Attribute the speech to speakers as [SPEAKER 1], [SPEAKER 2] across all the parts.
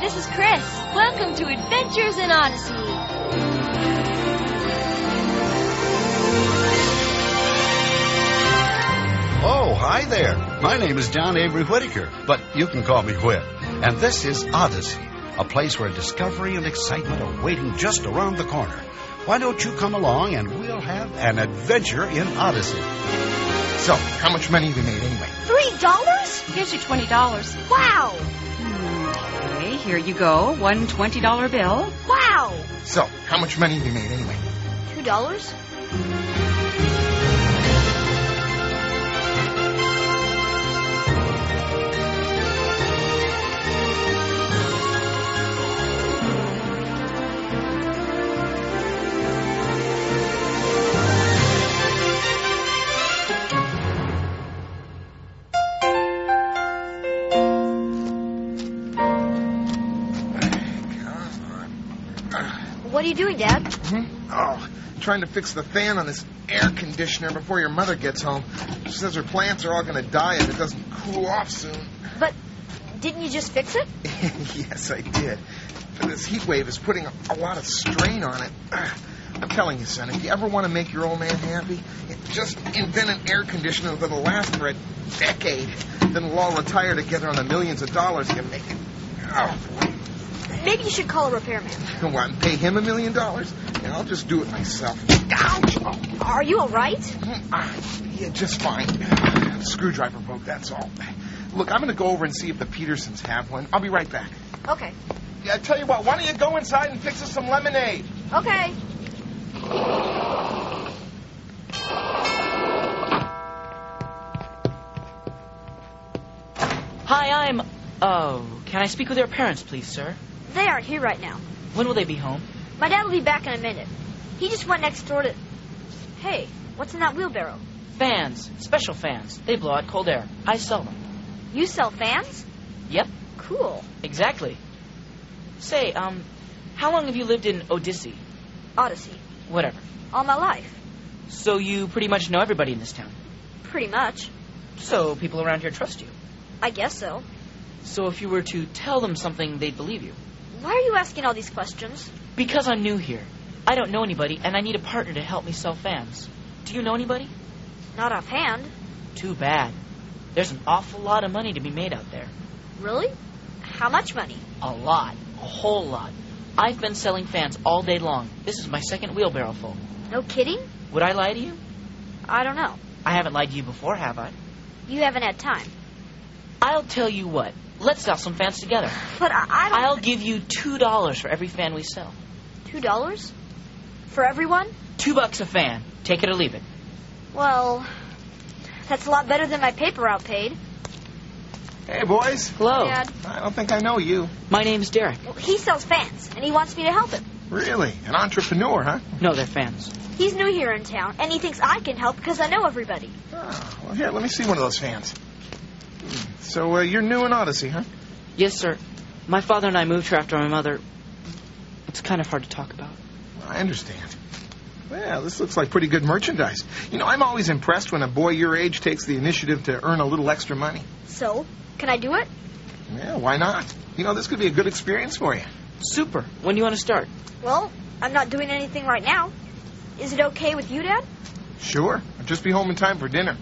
[SPEAKER 1] this is Chris. Welcome to Adventures in Odyssey.
[SPEAKER 2] Oh, hi there. My name is John Avery Whitaker, but you can call me Whit. And this is Odyssey, a place where discovery and excitement are waiting just around the corner. Why don't you come along and we'll have an adventure in Odyssey?
[SPEAKER 3] So, how much money we made anyway?
[SPEAKER 1] Three dollars? Here's your twenty dollars. Wow!
[SPEAKER 4] Hmm, Okay, here you go. One $20 bill.
[SPEAKER 1] Wow!
[SPEAKER 3] So, how much money we made anyway?
[SPEAKER 1] Two dollars?
[SPEAKER 3] Come on.
[SPEAKER 1] What are you doing, Dad?
[SPEAKER 3] Oh, trying to fix the fan on this air conditioner before your mother gets home. She says her plants are all going to die if it doesn't cool off soon.
[SPEAKER 1] But didn't you just fix it?
[SPEAKER 3] yes, I did. But this heat wave is putting a, a lot of strain on it. Ugh. I'm telling you, son, if you ever want to make your old man happy, just invent an air conditioner that'll last for a decade. Then we'll all retire together on the millions of dollars you make. Oh, boy.
[SPEAKER 1] Maybe you should call a repairman.
[SPEAKER 3] What, and pay him a million dollars? And I'll just do it myself. Ouch! Oh,
[SPEAKER 1] Are you all right?
[SPEAKER 3] mm, ah, yeah, just fine. Screwdriver broke, that's all. Look, I'm going to go over and see if the Petersons have one. I'll be right back.
[SPEAKER 1] Okay.
[SPEAKER 3] Yeah, I tell you what, why don't you go inside and fix us some lemonade?
[SPEAKER 1] Okay.
[SPEAKER 5] Hi, I'm. Oh, can I speak with your parents, please, sir?
[SPEAKER 1] They aren't here right now.
[SPEAKER 5] When will they be home?
[SPEAKER 1] My dad will be back in a minute. He just went next door to. Hey, what's in that wheelbarrow?
[SPEAKER 5] Fans, special fans. They blow out cold air. I sell them.
[SPEAKER 1] You sell fans?
[SPEAKER 5] Yep,
[SPEAKER 1] Cool.
[SPEAKER 5] exactly. Say, um, how long have you lived in Odyssey?
[SPEAKER 1] Odyssey.
[SPEAKER 5] Whatever.
[SPEAKER 1] All my life.
[SPEAKER 5] So you pretty much know everybody in this town.
[SPEAKER 1] Pretty much.
[SPEAKER 5] So people around here trust you.
[SPEAKER 1] I guess so.
[SPEAKER 5] So if you were to tell them something, they'd believe you.
[SPEAKER 1] Why are you asking all these questions?
[SPEAKER 5] Because I'm new here. I don't know anybody, and I need a partner to help me sell fans. Do you know anybody?
[SPEAKER 1] Not offhand.
[SPEAKER 5] Too bad. There's an awful lot of money to be made out there.
[SPEAKER 1] Really? How much money?
[SPEAKER 5] A lot. A whole lot. I've been selling fans all day long. This is my second wheelbarrow full.
[SPEAKER 1] No kidding?
[SPEAKER 5] Would I lie to you?
[SPEAKER 1] I don't know.
[SPEAKER 5] I haven't lied to you before, have I?
[SPEAKER 1] You haven't had time.
[SPEAKER 5] I'll tell you what. Let's sell some fans together.
[SPEAKER 1] But I, I don't.
[SPEAKER 5] I'll give you two dollars for every fan we sell.
[SPEAKER 1] Two dollars? For everyone?
[SPEAKER 5] Two bucks a fan. Take it or leave it.
[SPEAKER 1] Well, that's a lot better than my paper route paid.
[SPEAKER 3] Hey, boys.
[SPEAKER 5] Hello.
[SPEAKER 1] Dad.
[SPEAKER 3] I don't think I know you.
[SPEAKER 5] My name's Derek.
[SPEAKER 1] Well, he sells fans, and he wants me to help him.
[SPEAKER 3] Really? An entrepreneur, huh?
[SPEAKER 5] No, they're fans.
[SPEAKER 1] He's new here in town, and he thinks I can help because I know everybody.
[SPEAKER 3] Ah, well, here, let me see one of those fans. Hmm, So, uh, you're new in Odyssey, huh?
[SPEAKER 5] Yes, sir. My father and I moved here after my mother. It's kind of hard to talk about.
[SPEAKER 3] I understand. Well, this looks like pretty good merchandise. You know, I'm always impressed when a boy your age takes the initiative to earn a little extra money.
[SPEAKER 1] So, can I do it?
[SPEAKER 3] Yeah, why not? You know, this could be a good experience for you.
[SPEAKER 5] Super. When do you want to start?
[SPEAKER 1] Well, I'm not doing anything right now. Is it okay with you, Dad?
[SPEAKER 3] Sure. I'll just be home in time for dinner.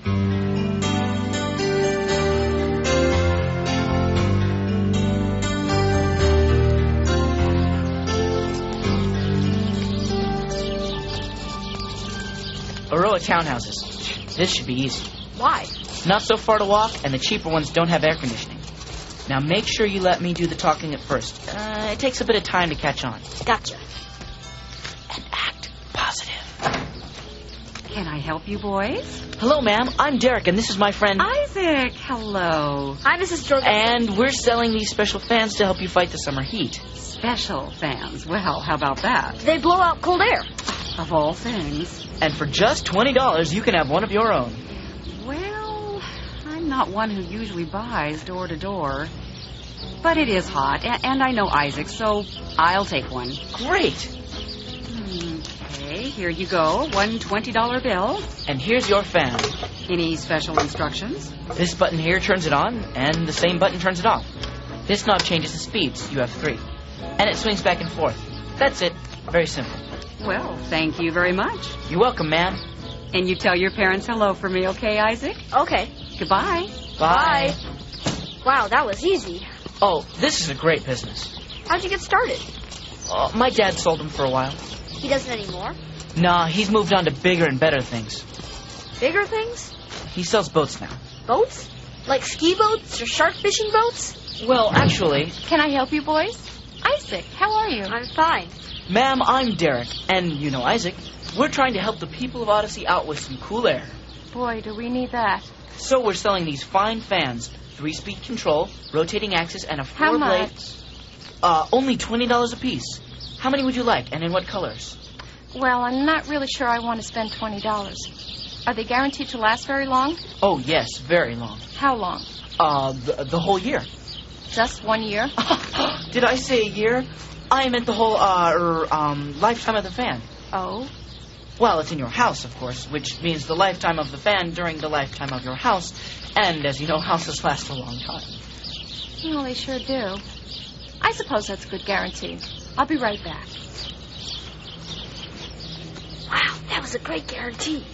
[SPEAKER 5] A row of townhouses. This should be easy.
[SPEAKER 1] Why?
[SPEAKER 5] Not so far to walk, and the cheaper ones don't have air conditioning. Now make sure you let me do the talking at first. Uh, it takes a bit of time to catch on.
[SPEAKER 1] Gotcha.
[SPEAKER 5] And act positive.
[SPEAKER 4] Can I help you, boys?
[SPEAKER 5] Hello, ma'am. I'm Derek, and this is my friend.
[SPEAKER 4] Isaac, hello.
[SPEAKER 1] Hi, Mrs. Jordan.
[SPEAKER 5] And we're selling these special fans to help you fight the summer heat.
[SPEAKER 4] Special fans. Well, how about that?
[SPEAKER 1] They blow out cold air.
[SPEAKER 4] Of all things.
[SPEAKER 5] And for just $20, you can have one of your own.
[SPEAKER 4] Well, I'm not one who usually buys door to door. But it is hot, a- and I know Isaac, so I'll take one.
[SPEAKER 5] Great.
[SPEAKER 4] Okay, here you go. One $20 bill.
[SPEAKER 5] And here's your fan.
[SPEAKER 4] Any special instructions?
[SPEAKER 5] This button here turns it on, and the same button turns it off. This knob changes the speeds. You have three. And it swings back and forth. That's it. Very simple.
[SPEAKER 4] Well, thank you very much.
[SPEAKER 5] You're welcome, man.
[SPEAKER 4] And you tell your parents hello for me, okay, Isaac?
[SPEAKER 1] Okay.
[SPEAKER 4] Goodbye.
[SPEAKER 5] Bye.
[SPEAKER 1] Wow, that was easy.
[SPEAKER 5] Oh, this is a great business.
[SPEAKER 1] How'd you get started?
[SPEAKER 5] Uh, my dad sold them for a while.
[SPEAKER 1] He doesn't anymore.
[SPEAKER 5] Nah, he's moved on to bigger and better things.
[SPEAKER 1] Bigger things?
[SPEAKER 5] He sells boats now.
[SPEAKER 1] Boats? Like ski boats or shark fishing boats?
[SPEAKER 5] Well, actually,
[SPEAKER 6] Can I help you, boys? Isaac, how are you?
[SPEAKER 1] I'm fine.
[SPEAKER 5] ma'am, I'm Derek, and you know Isaac. We're trying to help the people of Odyssey out with some cool air.
[SPEAKER 6] Boy, do we need that.
[SPEAKER 5] So we're selling these fine fans. Three speed control, rotating axis, and a four
[SPEAKER 6] How
[SPEAKER 5] blade.
[SPEAKER 6] much?
[SPEAKER 5] Uh, only $20 a piece. How many would you like, and in what colors?
[SPEAKER 6] Well, I'm not really sure I want to spend $20. Are they guaranteed to last very long?
[SPEAKER 5] Oh, yes, very long.
[SPEAKER 6] How long?
[SPEAKER 5] Uh, the, the whole year.
[SPEAKER 6] Just one year?
[SPEAKER 5] Did I say a year? I meant the whole, uh, er, um, lifetime of the fan.
[SPEAKER 6] Oh,
[SPEAKER 5] Well, it's in your house, of course, which means the lifetime of the fan during the lifetime of your house. And as you know, houses last a long time.
[SPEAKER 6] well, they sure do. I suppose that's a good guarantee. I'll be right back.
[SPEAKER 1] Wow, that was a great guarantee.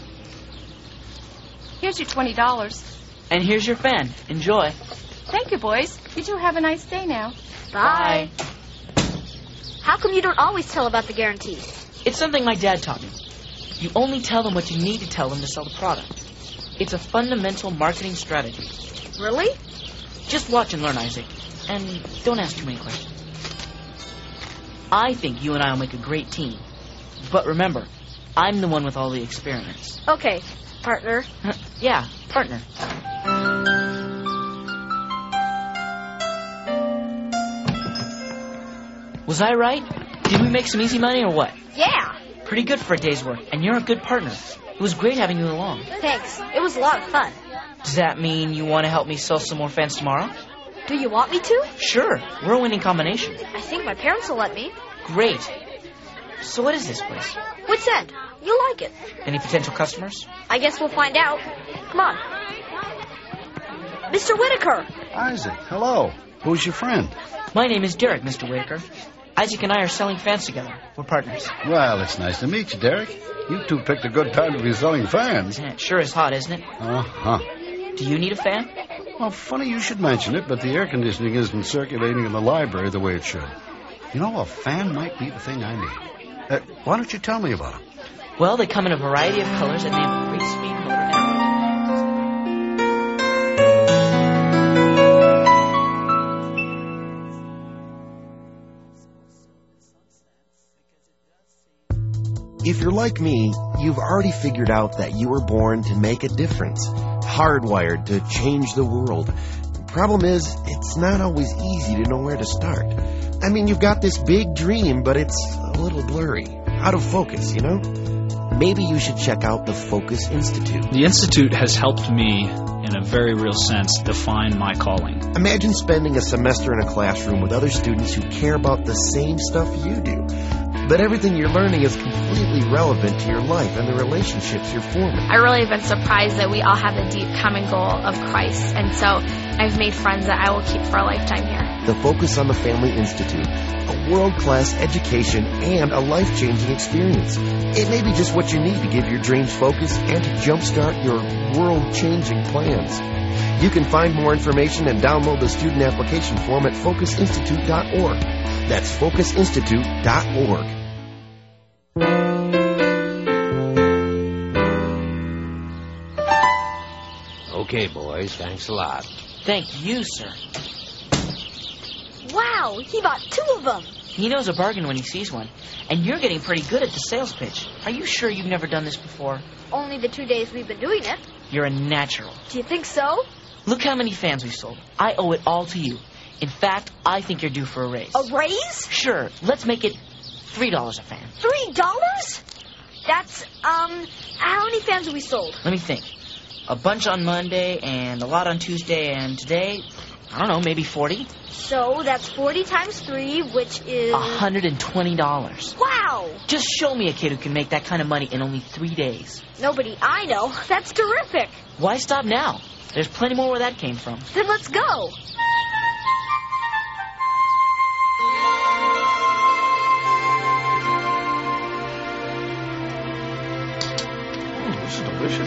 [SPEAKER 6] Here's your $20.
[SPEAKER 5] And here's your fan. Enjoy.
[SPEAKER 6] Thank you, boys. You two have a nice day now.
[SPEAKER 1] Bye. How come you don't always tell about the guarantee?
[SPEAKER 5] It's something my dad taught me. You only tell them what you need to tell them to sell the product. It's a fundamental marketing strategy.
[SPEAKER 1] Really?
[SPEAKER 5] Just watch and learn, Isaac. And don't ask too many questions. I think you and I will make a great team. But remember, I'm the one with all the experience.
[SPEAKER 1] Okay, partner.
[SPEAKER 5] yeah, partner. Was I right? Did we make some easy money or what?
[SPEAKER 1] Yeah.
[SPEAKER 5] Pretty good for a day's work, and you're a good partner. It was great having you along.
[SPEAKER 1] Thanks. It was a lot of fun.
[SPEAKER 5] Does that mean you want to help me sell some more fans tomorrow?
[SPEAKER 1] Do you want me to?
[SPEAKER 5] Sure, we're a winning combination.
[SPEAKER 1] I think my parents will let me.
[SPEAKER 5] Great. So what is this place?
[SPEAKER 1] What's that? You'll like it.
[SPEAKER 5] Any potential customers?
[SPEAKER 1] I guess we'll find out. Come on. Mr. Whitaker!
[SPEAKER 2] Isaac, hello. Who's your friend?
[SPEAKER 5] My name is Derek, Mr. Whitaker. Isaac and I are selling fans together. We're partners.
[SPEAKER 2] Well, it's nice to meet you, Derek. You two picked a good time to be selling fans.
[SPEAKER 5] And it sure is hot, isn't it?
[SPEAKER 2] Uh huh.
[SPEAKER 5] Do you need a fan?
[SPEAKER 2] Well, funny you should mention it, but the air conditioning isn't circulating in the library the way it should. You know, a fan might be the thing I need. Uh, why don't you tell me about it?
[SPEAKER 5] Well, they come in a variety of colors and they have a great speed motor. and-
[SPEAKER 7] If you're like me, you've already figured out that you were born to make a difference, hardwired to change the world. Problem is, it's not always easy to know where to start. I mean, you've got this big dream, but it's a little blurry, out of focus, you know? Maybe you should check out the Focus Institute.
[SPEAKER 8] The Institute has helped me, in a very real sense, define my calling.
[SPEAKER 7] Imagine spending a semester in a classroom with other students who care about the same stuff you do. But everything you're learning is completely relevant to your life and the relationships you're forming.
[SPEAKER 9] I really have been surprised that we all have a deep common goal of Christ, and so I've made friends that I will keep for a lifetime here.
[SPEAKER 7] The Focus on the Family Institute, a world class education and a life changing experience. It may be just what you need to give your dreams focus and to jumpstart your world changing plans. You can find more information and download the student application form at focusinstitute.org. That's focusinstitute.org.
[SPEAKER 10] Okay, boys, thanks a lot.
[SPEAKER 5] Thank you, sir.
[SPEAKER 1] Wow, he bought two of them.
[SPEAKER 5] He knows a bargain when he sees one. And you're getting pretty good at the sales pitch. Are you sure you've never done this before?
[SPEAKER 1] Only the two days we've been doing it.
[SPEAKER 5] You're a natural.
[SPEAKER 1] Do you think so?
[SPEAKER 5] Look how many fans we've sold. I owe it all to you. In fact, I think you're due for a raise.
[SPEAKER 1] A raise?
[SPEAKER 5] Sure, let's make it $3 a fan.
[SPEAKER 1] Three dollars? That's, um, how many fans have we sold?
[SPEAKER 5] Let me think. A bunch on Monday and a lot on Tuesday and today, I don't know, maybe 40?
[SPEAKER 1] So that's 40 times three, which is.
[SPEAKER 5] $120.
[SPEAKER 1] Wow!
[SPEAKER 5] Just show me a kid who can make that kind of money in only three days.
[SPEAKER 1] Nobody I know. That's terrific.
[SPEAKER 5] Why stop now? There's plenty more where that came from.
[SPEAKER 1] Then let's go.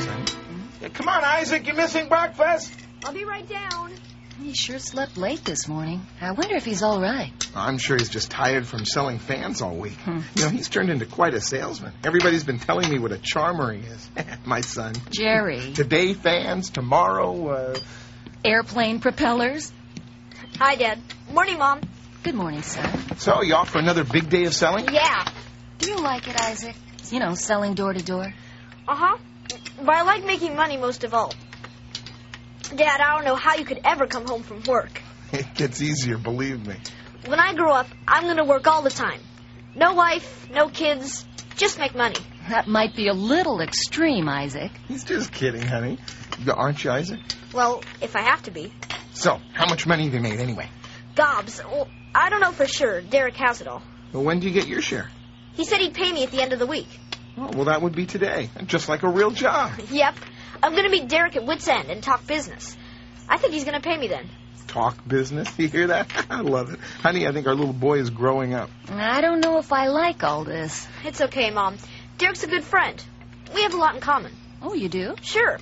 [SPEAKER 3] Hmm, Come on, Isaac, you're missing breakfast.
[SPEAKER 1] I'll be right down.
[SPEAKER 11] He sure slept late this morning. I wonder if he's all right.
[SPEAKER 3] I'm sure he's just tired from selling fans all week. You know, he's turned into quite a salesman. Everybody's been telling me what a charmer he is. My son.
[SPEAKER 11] Jerry.
[SPEAKER 3] Today fans, tomorrow, uh...
[SPEAKER 11] Airplane propellers.
[SPEAKER 1] Hi, Dad. Morning, Mom.
[SPEAKER 11] Good morning, son.
[SPEAKER 3] So, you off for another big day of selling?
[SPEAKER 1] Yeah.
[SPEAKER 11] Do you like it, Isaac? You know, selling door to door.
[SPEAKER 1] Uh huh. But I like making money most of all. Dad, I don't know how you could ever come home from work.
[SPEAKER 3] It gets easier, believe me.
[SPEAKER 1] When I grow up, I'm going to work all the time. No wife, no kids, just make money.
[SPEAKER 11] That might be a little extreme, Isaac.
[SPEAKER 3] He's just kidding, honey. You- Aren't you, Isaac?
[SPEAKER 1] Well, if I have to be.
[SPEAKER 3] So, how much money have you made anyway?
[SPEAKER 1] Gobs. Well, I don't know for sure. Derek has it all.
[SPEAKER 3] Well, when do you get your share?
[SPEAKER 1] He said he'd pay me at the end of the week.
[SPEAKER 3] Oh, well, that would be today, just like a real job.
[SPEAKER 1] Yep. I'm going to meet Derek at Wits End and talk business. I think he's going to pay me then.
[SPEAKER 3] Talk business. You hear that? I love it. Honey, I think our little boy is growing up.
[SPEAKER 11] I don't know if I like all this.
[SPEAKER 1] It's okay, Mom. Derek's a good friend. We have a lot in common.
[SPEAKER 11] Oh, you do?
[SPEAKER 1] Sure.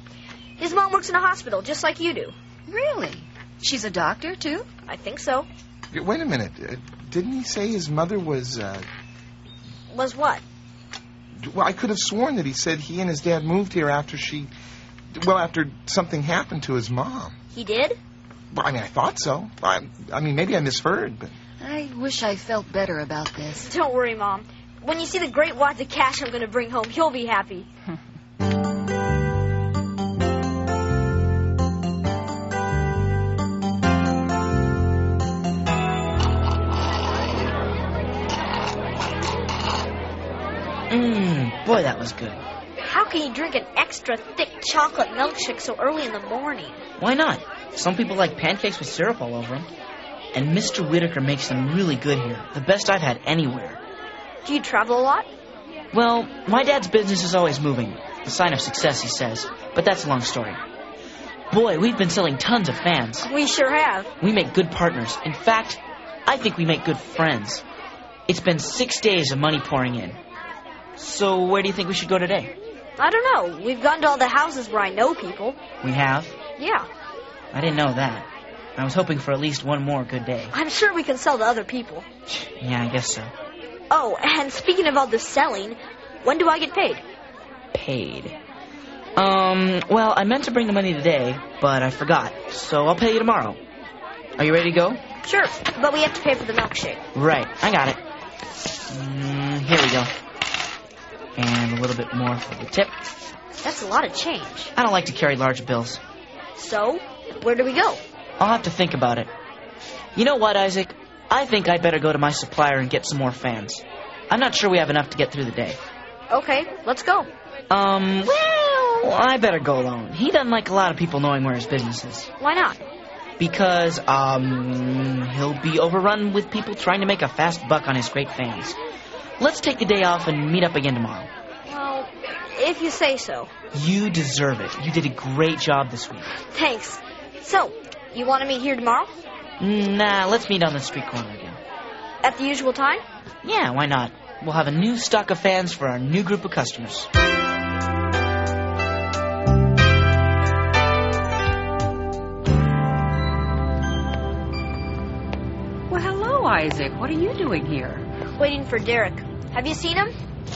[SPEAKER 1] His mom works in a hospital, just like you do.
[SPEAKER 11] Really? She's a doctor, too?
[SPEAKER 1] I think so.
[SPEAKER 3] Yeah, Wait a minute. Uh, didn't he say his mother was, uh...
[SPEAKER 1] Was what?
[SPEAKER 3] Well, I could have sworn that he said he and his dad moved here after she... Well, after something happened to his mom.
[SPEAKER 1] He did?
[SPEAKER 3] Well, I mean, I thought so. I, I mean, maybe I misheard, but...
[SPEAKER 11] I wish I felt better about this.
[SPEAKER 1] Don't worry, Mom. When you see the great wad of cash I'm going to bring home, you'll be happy.
[SPEAKER 5] Mmm, boy, that was good.
[SPEAKER 1] How can you drink an extra thick chocolate milkshake so early in the morning?
[SPEAKER 5] Why not? Some people like pancakes with syrup all over them. And Mr. Whitaker makes them really good here. The best I've had anywhere.
[SPEAKER 1] Do you travel a lot?
[SPEAKER 5] Well, my dad's business is always moving. A sign of success, he says. But that's a long story. Boy, we've been selling tons of fans.
[SPEAKER 1] We sure have.
[SPEAKER 5] We make good partners. In fact, I think we make good friends. It's been six days of money pouring in. So, where do you think we should go today?
[SPEAKER 1] I don't know. We've gone to all the houses where I know people.
[SPEAKER 5] We have?
[SPEAKER 1] Yeah.
[SPEAKER 5] I didn't know that. I was hoping for at least one more good day.
[SPEAKER 1] I'm sure we can sell to other people.
[SPEAKER 5] Yeah, I guess so.
[SPEAKER 1] Oh, and speaking of all the selling, when do I get paid?
[SPEAKER 5] Paid. Um, well, I meant to bring the money today, but I forgot. So I'll pay you tomorrow. Are you ready to go?
[SPEAKER 1] Sure, but we have to pay for the milkshake.
[SPEAKER 5] Right, I got it. Mm, here we go. And a little bit more for the tip.
[SPEAKER 1] That's a lot of change.
[SPEAKER 5] I don't like to carry large bills.
[SPEAKER 1] So, where do we go?
[SPEAKER 5] I'll have to think about it. You know what, Isaac? I think I'd better go to my supplier and get some more fans. I'm not sure we have enough to get through the day.
[SPEAKER 1] Okay, let's go.
[SPEAKER 5] Um, well, I better go alone. He doesn't like a lot of people knowing where his business is.
[SPEAKER 1] Why not?
[SPEAKER 5] Because, um, he'll be overrun with people trying to make a fast buck on his great fans. Let's take the day off and meet up again tomorrow.
[SPEAKER 1] Well, if you say so.
[SPEAKER 5] You deserve it. You did a great job this week.
[SPEAKER 1] Thanks. So, you want to meet here tomorrow?
[SPEAKER 5] Nah, let's meet on the street corner again.
[SPEAKER 1] At the usual time?
[SPEAKER 5] Yeah, why not? We'll have a new stock of fans for our new group of customers.
[SPEAKER 4] Well, hello, Isaac. What are you doing here?
[SPEAKER 1] Waiting for Derek. Have you seen him?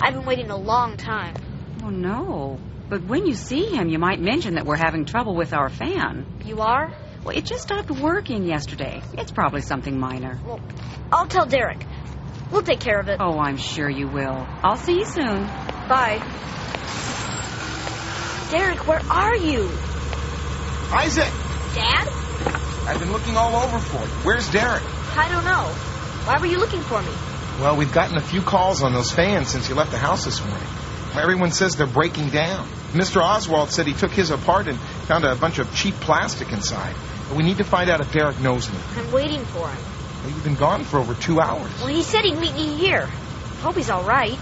[SPEAKER 1] I've been waiting a long time.
[SPEAKER 4] Oh, no. But when you see him, you might mention that we're having trouble with our fan.
[SPEAKER 1] You are?
[SPEAKER 4] Well, it just stopped working yesterday. It's probably something minor.
[SPEAKER 1] Well, I'll tell Derek. We'll take care of it.
[SPEAKER 4] Oh, I'm sure you will. I'll see you soon.
[SPEAKER 1] Oh, Bye. Derek, where are you?
[SPEAKER 3] Isaac!
[SPEAKER 1] Dad?
[SPEAKER 3] I've been looking all over for you. Where's Derek?
[SPEAKER 1] I don't know. Why were you looking for me?
[SPEAKER 3] Well, we've gotten a few calls on those fans since you left the house this morning. Everyone says they're breaking down. Mr. Oswald said he took his apart and found a bunch of cheap plastic inside. We need to find out if Derek knows me.
[SPEAKER 1] I'm waiting for him.
[SPEAKER 3] Well, you've been gone for over two hours.
[SPEAKER 1] Well, he said he'd meet me here. Hope he's all right.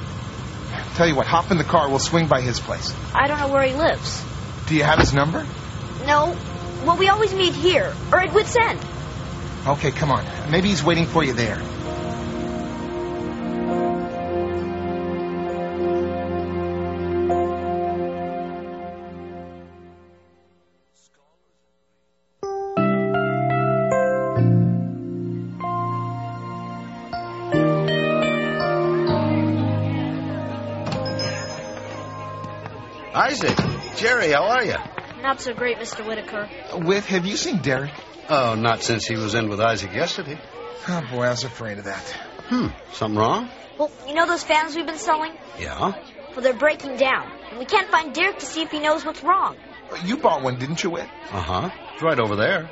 [SPEAKER 3] Tell you what, hop in the car. We'll swing by his place.
[SPEAKER 1] I don't know where he lives.
[SPEAKER 3] Do you have his number?
[SPEAKER 1] No. Well, we always meet here, or at Wits End.
[SPEAKER 3] Okay, come on. Maybe he's waiting for you there.
[SPEAKER 2] Isaac, Jerry, how are you?
[SPEAKER 1] Not so great, Mr. Whitaker.
[SPEAKER 3] With, have you seen Derek?
[SPEAKER 2] Oh, not since he was in with Isaac yesterday.
[SPEAKER 3] Oh, boy, I was afraid of that.
[SPEAKER 2] Hmm, something wrong?
[SPEAKER 1] Well, you know those fans we've been selling?
[SPEAKER 2] Yeah.
[SPEAKER 1] Well, they're breaking down. And we can't find Derek to see if he knows what's wrong.
[SPEAKER 3] You bought one, didn't you, Whit?
[SPEAKER 2] Uh huh. It's right over there.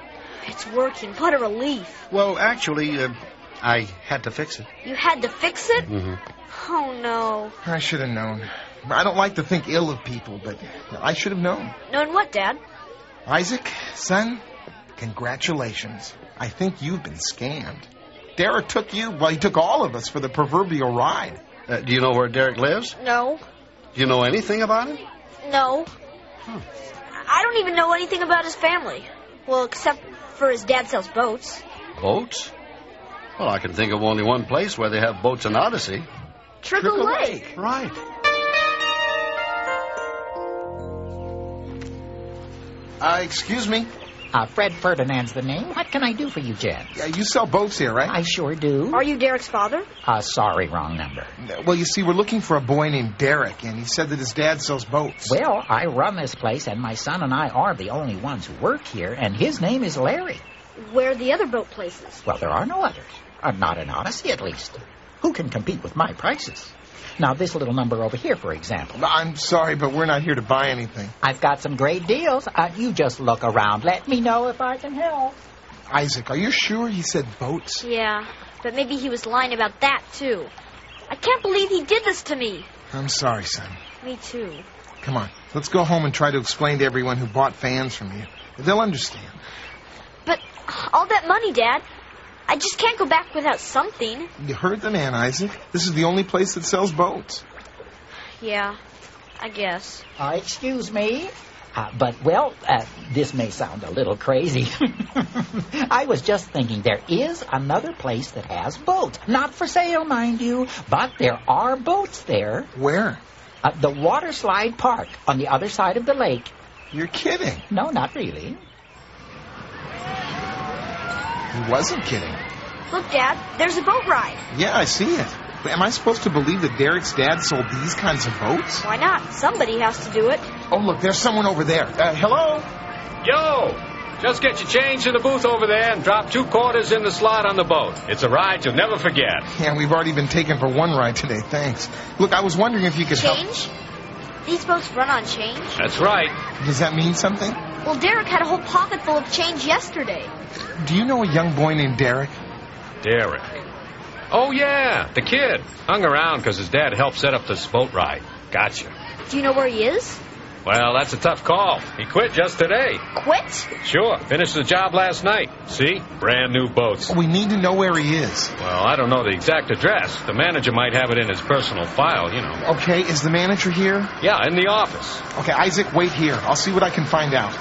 [SPEAKER 1] It's working. What a relief.
[SPEAKER 2] Well, actually, uh, I had to fix it.
[SPEAKER 1] You had to fix it?
[SPEAKER 2] Mm-hmm.
[SPEAKER 1] Oh, no.
[SPEAKER 3] I should have known. I don't like to think ill of people, but I should have known.
[SPEAKER 1] Knowing what, Dad?
[SPEAKER 3] Isaac, son, congratulations. I think you've been scammed. Derek took you, well, he took all of us for the proverbial ride.
[SPEAKER 2] Uh, do you know where Derek lives?
[SPEAKER 1] No.
[SPEAKER 2] Do you know anything about him?
[SPEAKER 1] No.
[SPEAKER 2] Huh.
[SPEAKER 1] Hmm. I don't even know anything about his family. Well, except for his dad sells boats.
[SPEAKER 2] Boats? Well, I can think of only one place where they have boats in Odyssey.
[SPEAKER 1] Trickle,
[SPEAKER 2] Trickle
[SPEAKER 1] Lake.
[SPEAKER 2] Right.
[SPEAKER 3] Uh, excuse me.
[SPEAKER 12] Uh, Fred Ferdinand's the name. What can I do for you, Jen?
[SPEAKER 3] Yeah, you sell boats here, right?
[SPEAKER 12] I sure do.
[SPEAKER 1] Are you Derek's father?
[SPEAKER 12] Uh, sorry, wrong number.
[SPEAKER 3] Well, you see, we're looking for a boy named Derek, and he said that his dad sells boats.
[SPEAKER 12] Well, I run this place, and my son and I are the only ones who work here, and his name is Larry.
[SPEAKER 1] Where are the other boat places?
[SPEAKER 12] Well, there are no others. Uh, not in Odyssey, at least. Who can compete with my prices? Now, this little number over here, for example.
[SPEAKER 3] I'm sorry, but we're not here to buy anything.
[SPEAKER 12] I've got some great deals. Uh, you just look around. Let me know if I can help.
[SPEAKER 3] Isaac, are you sure he said boats?
[SPEAKER 1] Yeah, but maybe he was lying about that, too. I can't believe he did this to me.
[SPEAKER 3] I'm sorry, son.
[SPEAKER 1] Me, too.
[SPEAKER 3] Come on, let's go home and try to explain to everyone who bought fans from you. They'll understand.
[SPEAKER 1] But all that money, Dad. I just can't go back without something.
[SPEAKER 3] You heard the man, Isaac. This is the only place that sells boats.
[SPEAKER 1] Yeah, I guess.
[SPEAKER 12] Uh, excuse me. Uh, but, well, uh, this may sound a little crazy. I was just thinking there is another place that has boats. Not for sale, mind you, but there are boats there.
[SPEAKER 3] Where?
[SPEAKER 12] Uh, the Water Slide Park on the other side of the lake.
[SPEAKER 3] You're kidding.
[SPEAKER 12] No, not really.
[SPEAKER 3] He wasn't kidding.
[SPEAKER 1] Look, Dad, there's a boat ride.
[SPEAKER 3] Yeah, I see it. But am I supposed to believe that Derek's dad sold these kinds of boats?
[SPEAKER 1] Why not? Somebody has to do it.
[SPEAKER 3] Oh, look, there's someone over there. Uh, hello?
[SPEAKER 13] Yo! Just get your change to the booth over there and drop two quarters in the slot on the boat. It's a ride you'll never forget.
[SPEAKER 3] Yeah, we've already been taken for one ride today, thanks. Look, I was wondering if you could help.
[SPEAKER 1] Change? These boats run on change.
[SPEAKER 13] That's right.
[SPEAKER 3] Does that mean something?
[SPEAKER 1] Well, Derek had a whole pocket full of change yesterday.
[SPEAKER 3] Do you know a young boy named Derek?
[SPEAKER 13] Derek. Oh, yeah, the kid. Hung around because his dad helped set up this boat ride. Gotcha.
[SPEAKER 1] Do you know where he is?
[SPEAKER 13] Well, that's a tough call. He quit just today.
[SPEAKER 1] Quit?
[SPEAKER 13] Sure, finished the job last night. See? Brand new boats.
[SPEAKER 3] We need to know where he is.
[SPEAKER 13] Well, I don't know the exact address. The manager might have it in his personal file, you know.
[SPEAKER 3] Okay, is the manager here?
[SPEAKER 13] Yeah, in the office.
[SPEAKER 3] Okay, Isaac, wait here. I'll see what I can find out.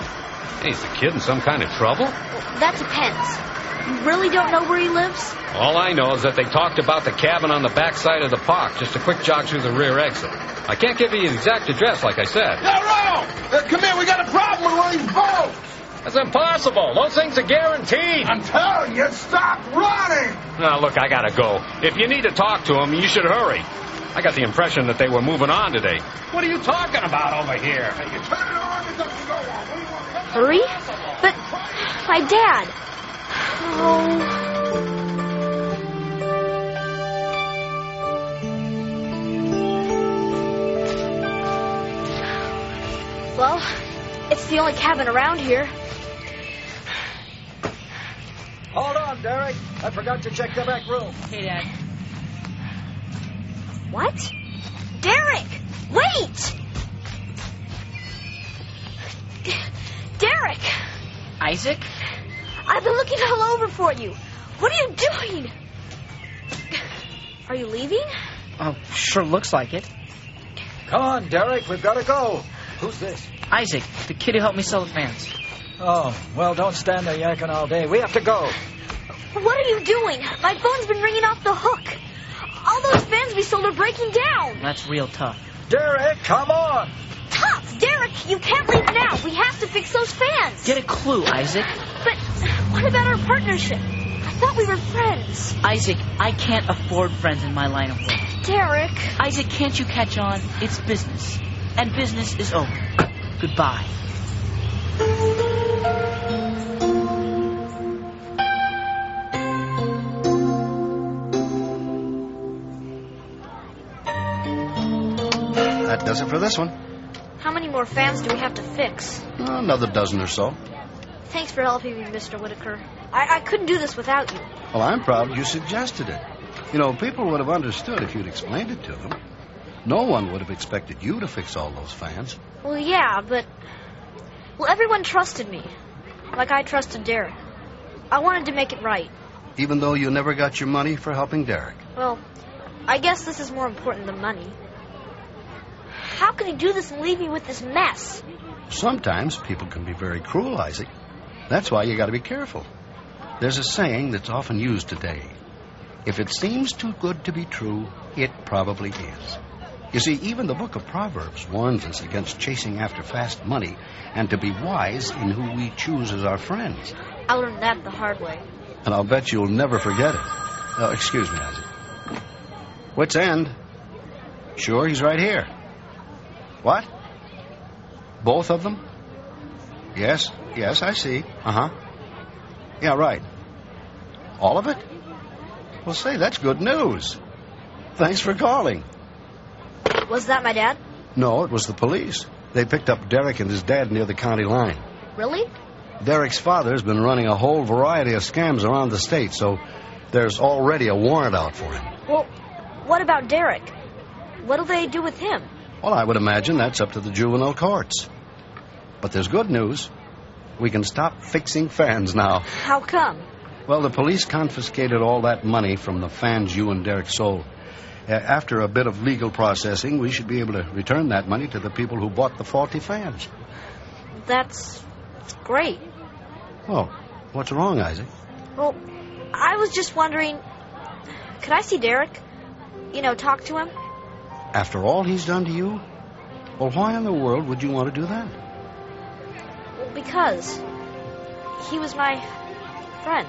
[SPEAKER 13] Hey, is the kid in some kind of trouble?
[SPEAKER 1] Well, that depends. You really don't know where he lives?
[SPEAKER 13] All I know is that they talked about the cabin on the back side of the park, just a quick jog through the rear exit. I can't give you the exact address, like I said.
[SPEAKER 3] Hello! Uh, come here, we got a problem with one of these boats!
[SPEAKER 13] That's impossible. Those things are guaranteed.
[SPEAKER 3] I'm telling you, stop running!
[SPEAKER 13] Now, look, I gotta go. If you need to talk to them, you should hurry. I got the impression that they were moving on today. What are you talking about over here?
[SPEAKER 3] Turn it on, it doesn't go on. We won't come back.
[SPEAKER 1] Hurry? But my dad. Oh. Well, it's the only cabin around here.
[SPEAKER 14] Hold on, Derek. I forgot to check the back room.
[SPEAKER 5] Hey, Dad.
[SPEAKER 1] What? Derek! Wait! D- Derek!
[SPEAKER 5] Isaac?
[SPEAKER 1] I've been looking all over for you. What are you doing? Are you leaving?
[SPEAKER 5] Oh, sure looks like it.
[SPEAKER 14] Come on, Derek. We've got to go. Who's this?
[SPEAKER 5] Isaac, the kid who helped me sell the fans.
[SPEAKER 14] Oh, well, don't stand there yakking all day. We have to go.
[SPEAKER 1] What are you doing? My phone's been ringing off the hook. All those fans we sold are breaking down.
[SPEAKER 5] That's real tough.
[SPEAKER 14] Derek, come on.
[SPEAKER 1] Tough! Derek, you can't leave now. We have to fix those fans.
[SPEAKER 5] Get a clue, Isaac.
[SPEAKER 1] But what about our partnership? I thought we were friends.
[SPEAKER 5] Isaac, I can't afford friends in my line of work.
[SPEAKER 1] Derek.
[SPEAKER 5] Isaac, can't you catch on? It's business. and business is over. Goodbye.
[SPEAKER 2] That does it for this one.
[SPEAKER 1] How many more fans do we have to fix?
[SPEAKER 2] Uh, Another dozen or so.
[SPEAKER 1] Thanks for helping me, Mr. Whitaker. I, I couldn't do this without you.
[SPEAKER 2] Well, I'm proud you suggested it. You know, people would have understood if you'd explained it to them. No one would have expected you to fix all those fans.
[SPEAKER 1] Well, yeah, but. Well, everyone trusted me. Like I trusted Derek. I wanted to make it right.
[SPEAKER 2] Even though you never got your money for helping Derek.
[SPEAKER 1] Well, I guess this is more important than money. How could he do this and leave me with this mess?
[SPEAKER 2] Sometimes people can be very cruel, Isaac. That's why you got to be careful. There's a saying that's often used today. If it seems too good to be true, it probably is. You see, even the book of Proverbs warns us against chasing after fast money and to be wise in who we choose as our friends.
[SPEAKER 1] I learned that the hard way.
[SPEAKER 2] And I'll bet you'll never forget it. Uh, excuse me, Isaac. What's end? Sure, he's right here. What? Both of them? Yes, yes, I see. Uh huh. Yeah, right. All of it? Well, say, that's good news. Thanks for calling.
[SPEAKER 1] Was that my dad?
[SPEAKER 2] No, it was the police. They picked up Derek and his dad near the county line.
[SPEAKER 1] Really?
[SPEAKER 2] Derek's father's been running a whole variety of scams around the state, so there's already a warrant out for him.
[SPEAKER 1] Well, what about Derek? What'll they do with him?
[SPEAKER 2] Well, I would imagine that's up to the juvenile courts. But there's good news. We can stop fixing fans now.
[SPEAKER 1] How come?
[SPEAKER 2] Well, the police confiscated all that money from the fans you and Derek sold. A- After a bit of legal processing, we should be able to return that money to the people who bought the faulty fans.
[SPEAKER 1] That's great.
[SPEAKER 2] Oh, what's wrong, Isaac?
[SPEAKER 1] Well, I was just wondering could I see Derek? You know, talk to him?
[SPEAKER 2] After all he's done to you? Well, why in the world would you want to do that?
[SPEAKER 1] Well, because he was my friend.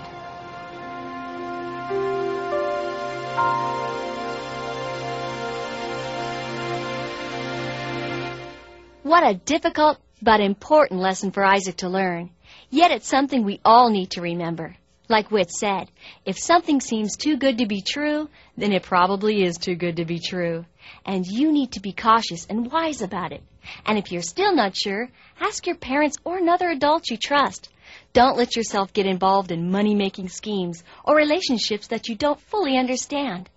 [SPEAKER 15] What a difficult but important lesson for Isaac to learn. Yet it's something we all need to remember. Like Whit said, if something seems too good to be true, then it probably is too good to be true. And you need to be cautious and wise about it. And if you're still not sure, ask your parents or another adult you trust. Don't let yourself get involved in money making schemes or relationships that you don't fully understand.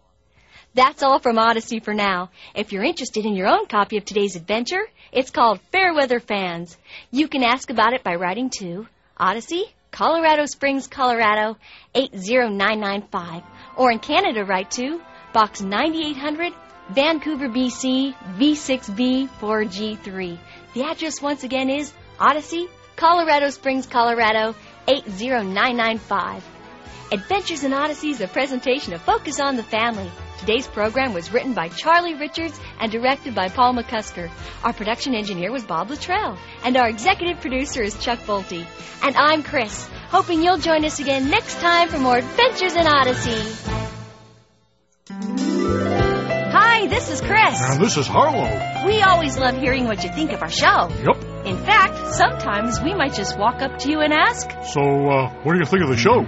[SPEAKER 15] That's all from Odyssey for now. If you're interested in your own copy of today's adventure, it's called Fairweather Fans. You can ask about it by writing to Odyssey, Colorado Springs, Colorado 80995, or in Canada, write to Box 9800, Vancouver, BC V6B4G3. The address once again is Odyssey, Colorado Springs, Colorado 80995. Adventures in Odyssey is a presentation of Focus on the Family. Today's program was written by Charlie Richards and directed by Paul McCusker. Our production engineer was Bob Luttrell, and our executive producer is Chuck Bolte. And I'm Chris, hoping you'll join us again next time for more Adventures in Odyssey. Hi, this is Chris.
[SPEAKER 16] And this is Harlow.
[SPEAKER 15] We always love hearing what you think of our show.
[SPEAKER 16] Yep.
[SPEAKER 15] In fact, sometimes we might just walk up to you and ask,
[SPEAKER 16] So, uh, what do you think of the show?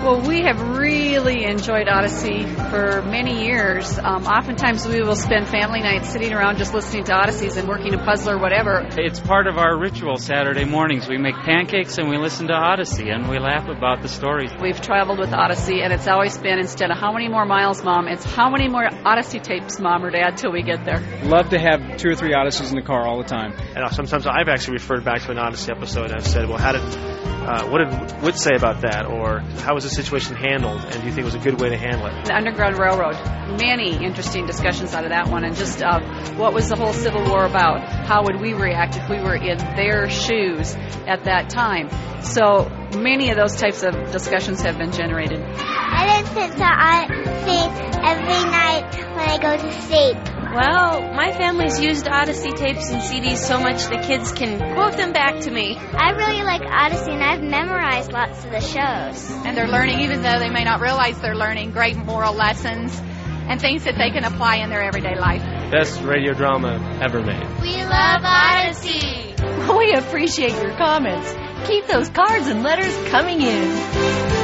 [SPEAKER 17] Well, we have really enjoyed Odyssey for many years. Um, oftentimes, we will spend family nights sitting around just listening to Odysseys and working a puzzle or whatever.
[SPEAKER 18] It's part of our ritual Saturday mornings. We make pancakes and we listen to Odyssey and we laugh about the stories.
[SPEAKER 17] We've traveled with Odyssey, and it's always been instead of how many more miles, Mom, it's how many more Odyssey tapes, Mom or Dad, till we get there.
[SPEAKER 19] Love to have two or three Odysseys in the car all the time. And uh, sometimes I've actually referred back to an Odyssey episode and I've said, well, how did, uh, what did Wood say about that? Or how was the situation handled? And do you think it was a good way to handle it?
[SPEAKER 17] The Underground Railroad. Many interesting discussions out of that one, and just uh, what was the whole Civil War about? How would we react if we were in their shoes at that time? So many of those types of discussions have been generated.
[SPEAKER 20] I listen to Odyssey every night when I go to sleep.
[SPEAKER 21] Well, my family's used Odyssey tapes and CDs so much the kids can quote them back to me.
[SPEAKER 20] I really like Odyssey and I've memorized lots of the shows.
[SPEAKER 22] and they're learning, even though they may not realize they're learning, great moral lessons
[SPEAKER 6] and things that they can apply in their everyday life.
[SPEAKER 18] Best radio drama ever made.
[SPEAKER 6] We love Odyssey.
[SPEAKER 15] We appreciate your comments. Keep those cards and letters coming in.